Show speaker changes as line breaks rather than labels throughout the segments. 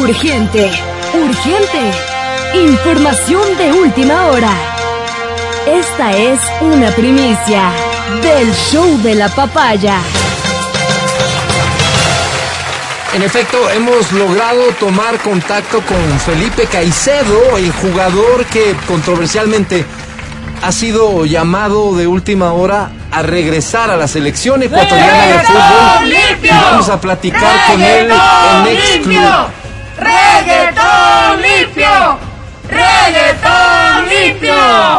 Urgente, urgente. Información de última hora. Esta es una primicia del show de la papaya.
En efecto, hemos logrado tomar contacto con Felipe Caicedo, el jugador que controversialmente ha sido llamado de última hora a regresar a la selección ecuatoriana de fútbol.
limpio!
Y vamos a platicar con él en exclusiva.
¡Reggaetón limpio! ¡Reggaetón limpio!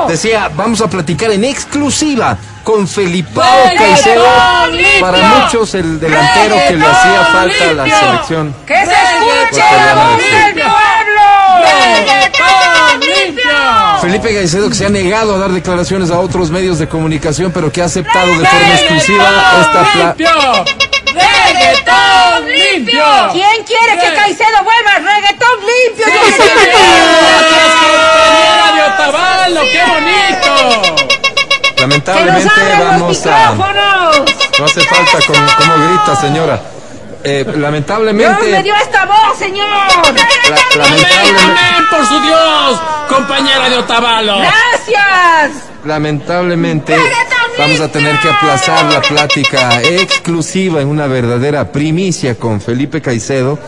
Decía, vamos a platicar en exclusiva con Felipao
¡Reggaetón
Caicedo.
limpio!
Para muchos el delantero que le hacía falta a la
¡Reggaetón limpio!
selección.
¡Que se escuche la voz del pueblo! ¡Reggaetón limpio!
Felipe Caicedo que se ha negado a dar declaraciones a otros medios de comunicación, pero que ha aceptado de forma exclusiva esta pla-
limpio! ¡Reggaetón limpio!
¿Quién quiere que Caicedo vuelva? ¡Reggaetón limpio! Yo
¡Qué
sé que-
compañera de Otavalo! ¡Qué bonito!
¡Que nos
Lamentablemente
abran los
vamos a.
micrófonos!
No hace falta
¡Eso!
como, como grita, señora. Eh,
¡Dios
lamentablemente.
me dio esta voz, señor!
la-
¡Amén,
lamentablemente,
amén por su Dios! ¡Compañera de Otavalo!
¡Gracias!
lamentablemente vamos a tener que aplazar la plática exclusiva en una verdadera primicia con Felipe Caicedo.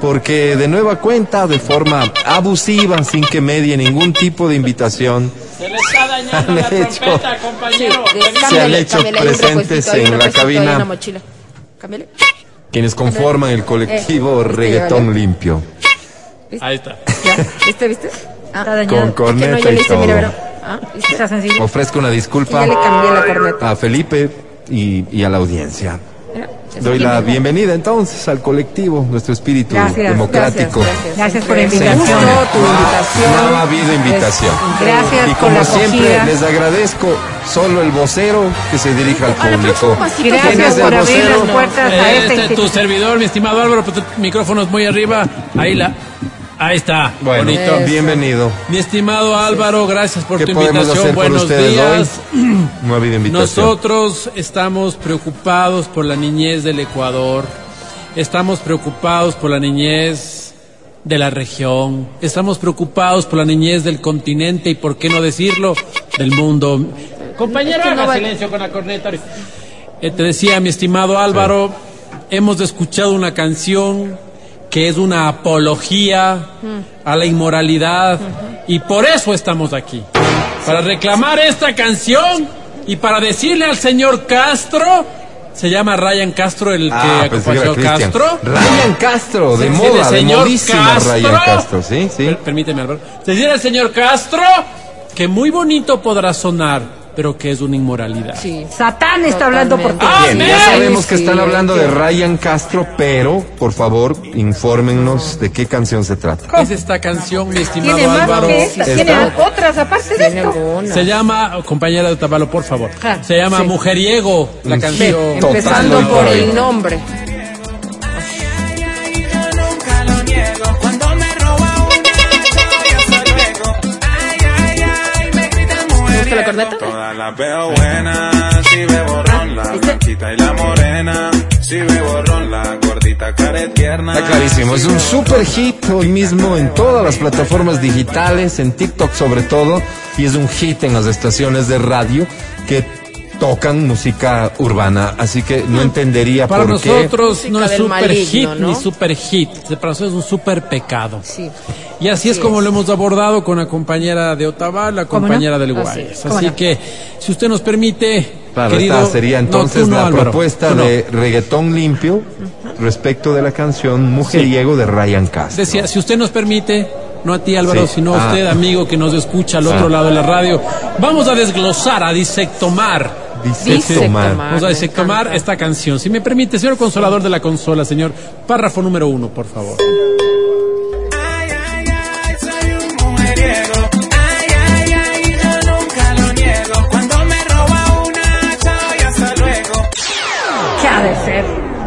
Porque de nueva cuenta, de forma abusiva, sin que medie ningún tipo de invitación,
Se le está dañando
Han
la
hecho.
trompeta, compañero.
se han hecho presentes en la cabina quienes conforman el colectivo Reggaetón Limpio.
Ahí está.
¿Viste, viste? Ah,
Está dañado.
Con
que
corneta
no, yo le
y
hice,
todo.
mira, verá. Ah, ¿viste?
¿Está sencillo?
Ofrezco una disculpa
Ya le cambié la corneta.
a Felipe y, y a la audiencia.
Mira, eso
Doy
tiene.
la bienvenida entonces al colectivo, nuestro espíritu
Gracias,
Gracias,
democrático.
gracias.
Gracias por la
Siempre.
invitación.
Me gustó tu
No,
invitación.
no ha habido invitación.
Es increíble.
Gracias
Y
por la
como siempre,
acogida.
les agradezco solo el vocero que se dirige al
A la
público.
próxima pasito.
¿Quién es
Gracias
el
por abrir
vocero?
las puertas a esta
Este es tu
institución.
servidor, mi estimado Álvaro, pero tu micrófono es muy arriba. Ahí la. Ahí está.
Bueno,
Bonito.
bienvenido.
Mi estimado Álvaro, gracias por
¿Qué
tu
podemos
invitación.
hacer por
Buenos
ustedes
días.
hoy? No ha habido invitación.
Nosotros estamos preocupados por la niñez del Ecuador, estamos preocupados por la niñez de la región, estamos preocupados por la niñez del continente y, por qué no decirlo, del mundo. Compañero, haga silencio con la corneta. Eh, te decía, mi estimado Álvaro, hemos escuchado una canción que es una apología a la inmoralidad y por eso estamos aquí, para reclamar esta canción y para decirle al señor Castro, se llama Ryan Castro el que
Ah, pensé que
acompañó
era
a
Cristian.
Castro.
Ryan Castro, de
Sí, sí,
moda,
de
de
señor
modísimo
Castro.
Ryan Castro, ¿sí? Sí.
Per- permíteme, Álvaro. Se dice el señor Castro que muy bonito podrá sonar, pero que es una inmoralidad.
Sí.
Satán está hablando por ti.
Ah,
Bien,
Amén.
ya sabemos que
Sí,
están hablando de
sí.
Ryan Castro, pero por favor, infórmennos de qué canción se trata.
Es esta canción, mi estimado
Tiene más
Álvaro.
que esta.
Está-
Tiene otras aparte de
Tiene
esto.
alguna.
Se llama, oh, compañera de Tabalo, por favor.
Ja,
Se llama
sí.
Mujeriego, la
Mm,
canción.
total,
Empezando
hoy
por
hoy.
el nombre.
Cuando me roba una yo se luego. Ay, ay, ay, me gritan
¿Te gusta la
mujer.
corneta?
Todas las veo buenas, si ve borrón,
Ah,
la blanquita y la morena, si ve borrón, la gordita cara es tierna.
Está clarísimo, es un super hit hoy mismo en todas las plataformas digitales, en TikTok sobre todo, y es un hit en las estaciones de radio que tocan música urbana, así que no entendería
Para
por qué.
nosotros no es
del
super
maligno,
hit
¿no?
ni super hit. Para nosotros es un super pecado.
Sí.
Y así es como lo hemos abordado con la compañera de Otavalo, la compañera del Guayas. Así, que, si usted nos permite,
Claro,
querido,
esta sería
No,
entonces
tú no,
la
Álvaro,
propuesta
tú no.
de reggaetón limpio respecto de la canción Mujeriego de Ryan Castro.
Decía, si usted nos permite, no a ti Álvaro,
Sí.
sino a
Ah.
usted, amigo que nos escucha al
Ah.
otro lado de la radio, vamos a desglosar, a disectomar.
Disectomar.
Disectomar.
Vamos a
me
disectomar
encanta.
esta canción. Si me permite, señor consolador de la consola, señor, párrafo número uno, por favor.
Ay, ay, ay, soy un mujeriego. Ay, ay, ay, yo nunca lo niego. Cuando me roba una yo se luego.
¿Qué ha de ser?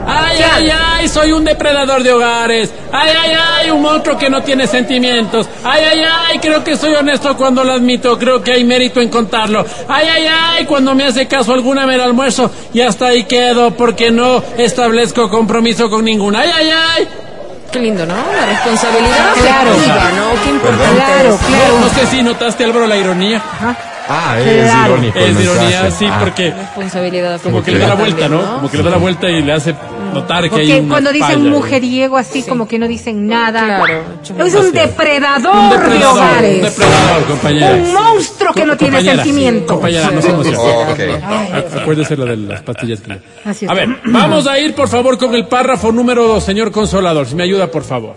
Ay, ay, ay, soy un depredador de hogares. Ay, ay, ay, un monstruo que no tiene sentimientos. Ay, ay, ay, creo que soy honesto cuando lo admito. Creo que hay mérito en contarlo. Ay, ay, ay, cuando me hace caso alguna me da almuerzo. Y hasta ahí quedo porque no establezco compromiso con ninguna. Ay, ay, ay.
Qué lindo, ¿no? La responsabilidad
Claro.
afectiva, ¿no? Qué importante.
Claro,
es.
claro.
No sé si notaste, Álvaro, la ironía.
Ah, es
Claro.
irónico. el
es ironía,
mensaje.
sí,
Ah,
porque
Responsabilidad afectiva.
como que le da la vuelta, ¿no?
también,
Como que le da la vuelta y le hace notar que hay
Porque
una
cuando dicen
falla, ¿no?
mujeriego así, como que no dicen nada.
Claro.
Es un depredador,
Un
de
depredador, un
hogares.
depredador, compañera.
Un monstruo que no tiene
Compañera,
sentimiento.
Compañera, no se emocione.
Oh, ok.
Acu- Acuérdese lo de las pastillas. que-
Así es.
A ver, vamos a ir, por favor, con el párrafo número 2, señor Consolador. Si me ayuda, por favor.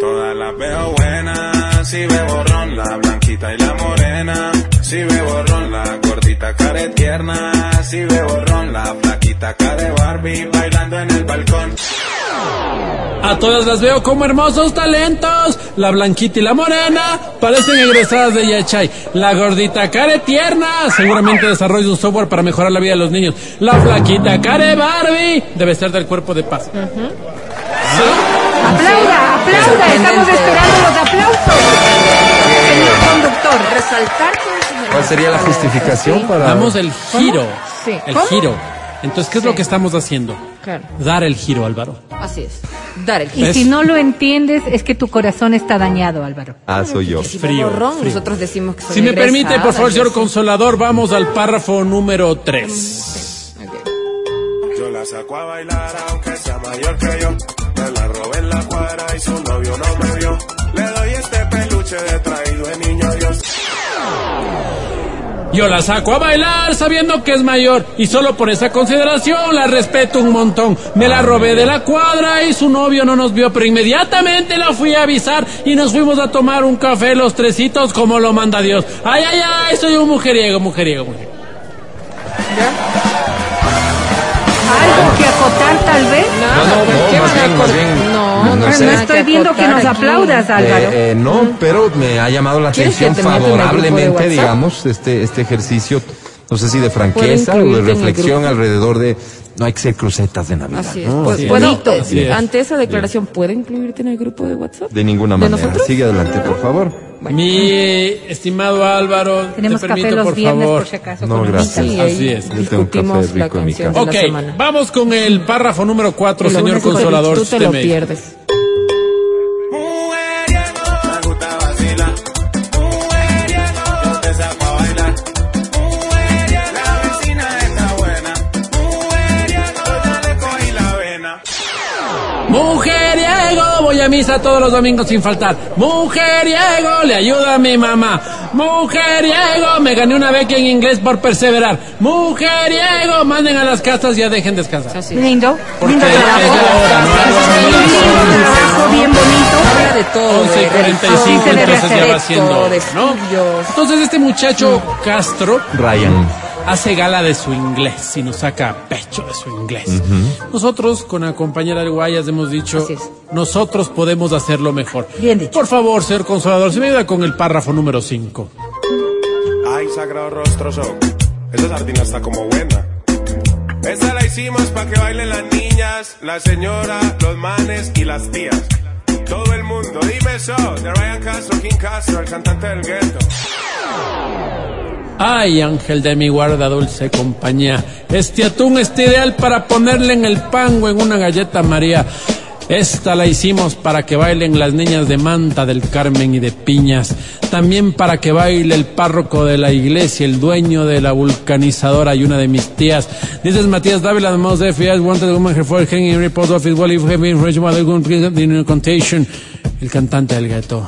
Todas las veo buenas, si ve borrón la blanquita y la morena, si ve borrón la gordita cara de tierna, si ve borrón la flaquita cara de Barbie bailando en el balcón.
A todas las veo como hermosos talentos. La blanquita y la morena parecen egresadas de Yachay. La gordita care tierna seguramente desarrolla un software para mejorar la vida de los niños. La flaquita care Barbie debe ser del cuerpo de paz. ¿Sí?
Aplauda, aplauda. Estamos
Sorprendente.
esperando los aplausos.
Señor conductor, resaltar que es
¿Cuál sería la justificación para.?
Damos el giro.
Ah. Sí.
El
¿Cómo?
giro. Entonces, ¿qué es lo que estamos haciendo?
Claro.
Dar el giro, Álvaro.
Así es. Dar el
Y
¿Ves?
si no lo entiendes, es que tu corazón está dañado, Álvaro.
Ah, soy yo.
Si
Frío,
borrón,
frío.
nosotros decimos que son
Si me permite, por favor,
egresadas,
señor Consolador, vamos al párrafo número 3.
Yo la saco a bailar aunque sea mayor que yo. Me la robé en la cuadra y su novio no me vio. Le doy este peluche de traído de niño Dios.
Yo la saco a bailar sabiendo que es mayor y solo por esa consideración la respeto un montón. Me la robé de la cuadra y su novio no nos vio, pero inmediatamente la fui a avisar y nos fuimos a tomar un café los tresitos como lo manda Dios. Ay, ay, ay, soy un mujeriego, mujeriego, mujeriego.
Algo que acotar, tal vez.
No,
Nada,
no,
¿por
no,
qué
más
van a
bien, más
cor-
bien,
No,
no
no,
sé.
nada
No estoy viendo que nos
acotar aquí.
aplaudas, Álvaro.
Eh, eh, no, pero me ha llamado la
¿Quieres que
atención
te meta en el grupo de
favorablemente,
WhatsApp?
digamos, este, este ejercicio, no sé si de franqueza o
incluirte
de
en el
reflexión
grupo.
alrededor de no hay que ser crucetas de Navidad.
Así es.
¿no?
Pues,
Así
¿puedo-
es.
eh,
Así es.
Ante esa declaración, ¿puedo incluirte en el grupo de WhatsApp?
De ninguna
¿De
manera.
nosotros?
Sigue adelante, por favor.
Mi eh, estimado Álvaro,
Tenemos
te
café
permito,
los
por
viernes,
favor.
por si acaso.
No,
con
gracias.
Sí,
amiguitas.
ahí
Así es.
Yo tengo un
Discutimos
café
la
rico en mi
canción de
casa.
la
Ok,
semana.
vamos con el párrafo número 4,
El
señor
lunes, hijo de-
Consolador.
Tú
si
te
usted
lo
me-
pierdes.
Mujeriego, me gusta vacilar. Mujeriego, yo te saco a bailar. Mujeriego, la vecina está buena. Mujeriego, ya le cogí la vena.
Mujeriego, voy a misa todos los domingos sin faltar. Mujeriego, le ayuda a mi mamá. Mujeriego, me gané una beca en inglés por perseverar. Mujeriego, manden a las casas y ya dejen descansar.
Así es.
Lindo, lindo
Porque
trabajo.
es la hora, ¿no?
Lindo trabajo, bien bonito.
Habla de todo.
11 y
de
45,
religión,
debe
entonces ya
hacer
va siendo hora, ¿no?
de estudios.
Entonces este muchacho Castro
Ryan.
hace gala de su inglés y nos saca pecho de su inglés. Nosotros con la compañera de Guayas hemos dicho,
Así es.
nosotros podemos hacerlo mejor.
Bien dicho.
Por favor, señor consolador, si me ayuda con el párrafo número 5.
Ay, sagrado rostroso, esa sardina está como buena. Esa la hicimos para que bailen las niñas, la señora, los manes y las tías. Todo el mundo, dime eso, de Ryan Castro, King Castro, el cantante del gueto.
Ay, ángel de mi guarda, dulce compañía. Este atún está ideal para ponerle en el pan o en una galleta María. Esta la hicimos para que bailen las niñas de Manta, del Carmen y de Piñas. También para que baile el párroco de la iglesia, el dueño de la vulcanizadora y una de mis tías. Dices Matías Dávila, the most FBI wanted woman here for hanging in report office. Well, if you have been rich, mother, good, please, in contation. El cantante del gato.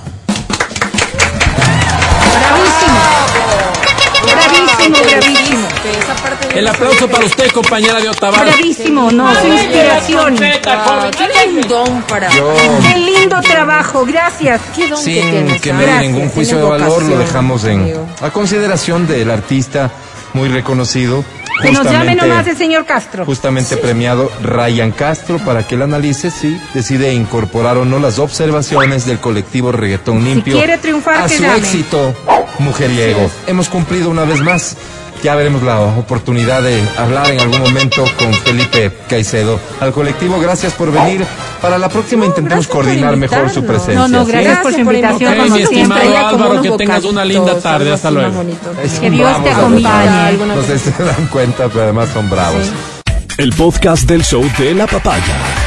Bravísimo, bravísimo.
Esa parte de-
El aplauso para usted, compañera de Otavalo.
Bravísimo, no, su inspiración.
Ah, Tiene un don para...
Qué lindo trabajo, gracias.
¿Qué don que
Sin
tienes?
que me dé
Gracias,
ningún
tienes
juicio de valor, lo
vocación,
dejamos en
amigo.
a consideración del artista muy reconocido.
Que nos llame
justamente-
nomás el señor Castro.
Justamente premiado Ryan Castro para que él analice si decide incorporar o no las observaciones del colectivo Reggaetón Limpio
quiere triunfar,
a
que
su
gane.
éxito mujeriego. Hemos cumplido una vez más. Ya veremos la oportunidad de hablar en algún momento con Felipe Caicedo. Al colectivo, gracias por venir. Para la próxima intentemos
gracias por
coordinar mejor su
invitarnos.
presencia.
No, no,
¿sí?
gracias por su invitación,
invitarnos.
como
Siempre
siempre.
hay
Álvaro,
como unos
que tengas una linda
bocaditos,
tarde,
algo
hasta
así
luego.
más bonito.
Es
Que
un
Dios
bravo,
te
la
acompañe.
verdad.
Alguna
No sé si se dan cuenta, pero además son bravos.
Sí.
El podcast del show de la papaya.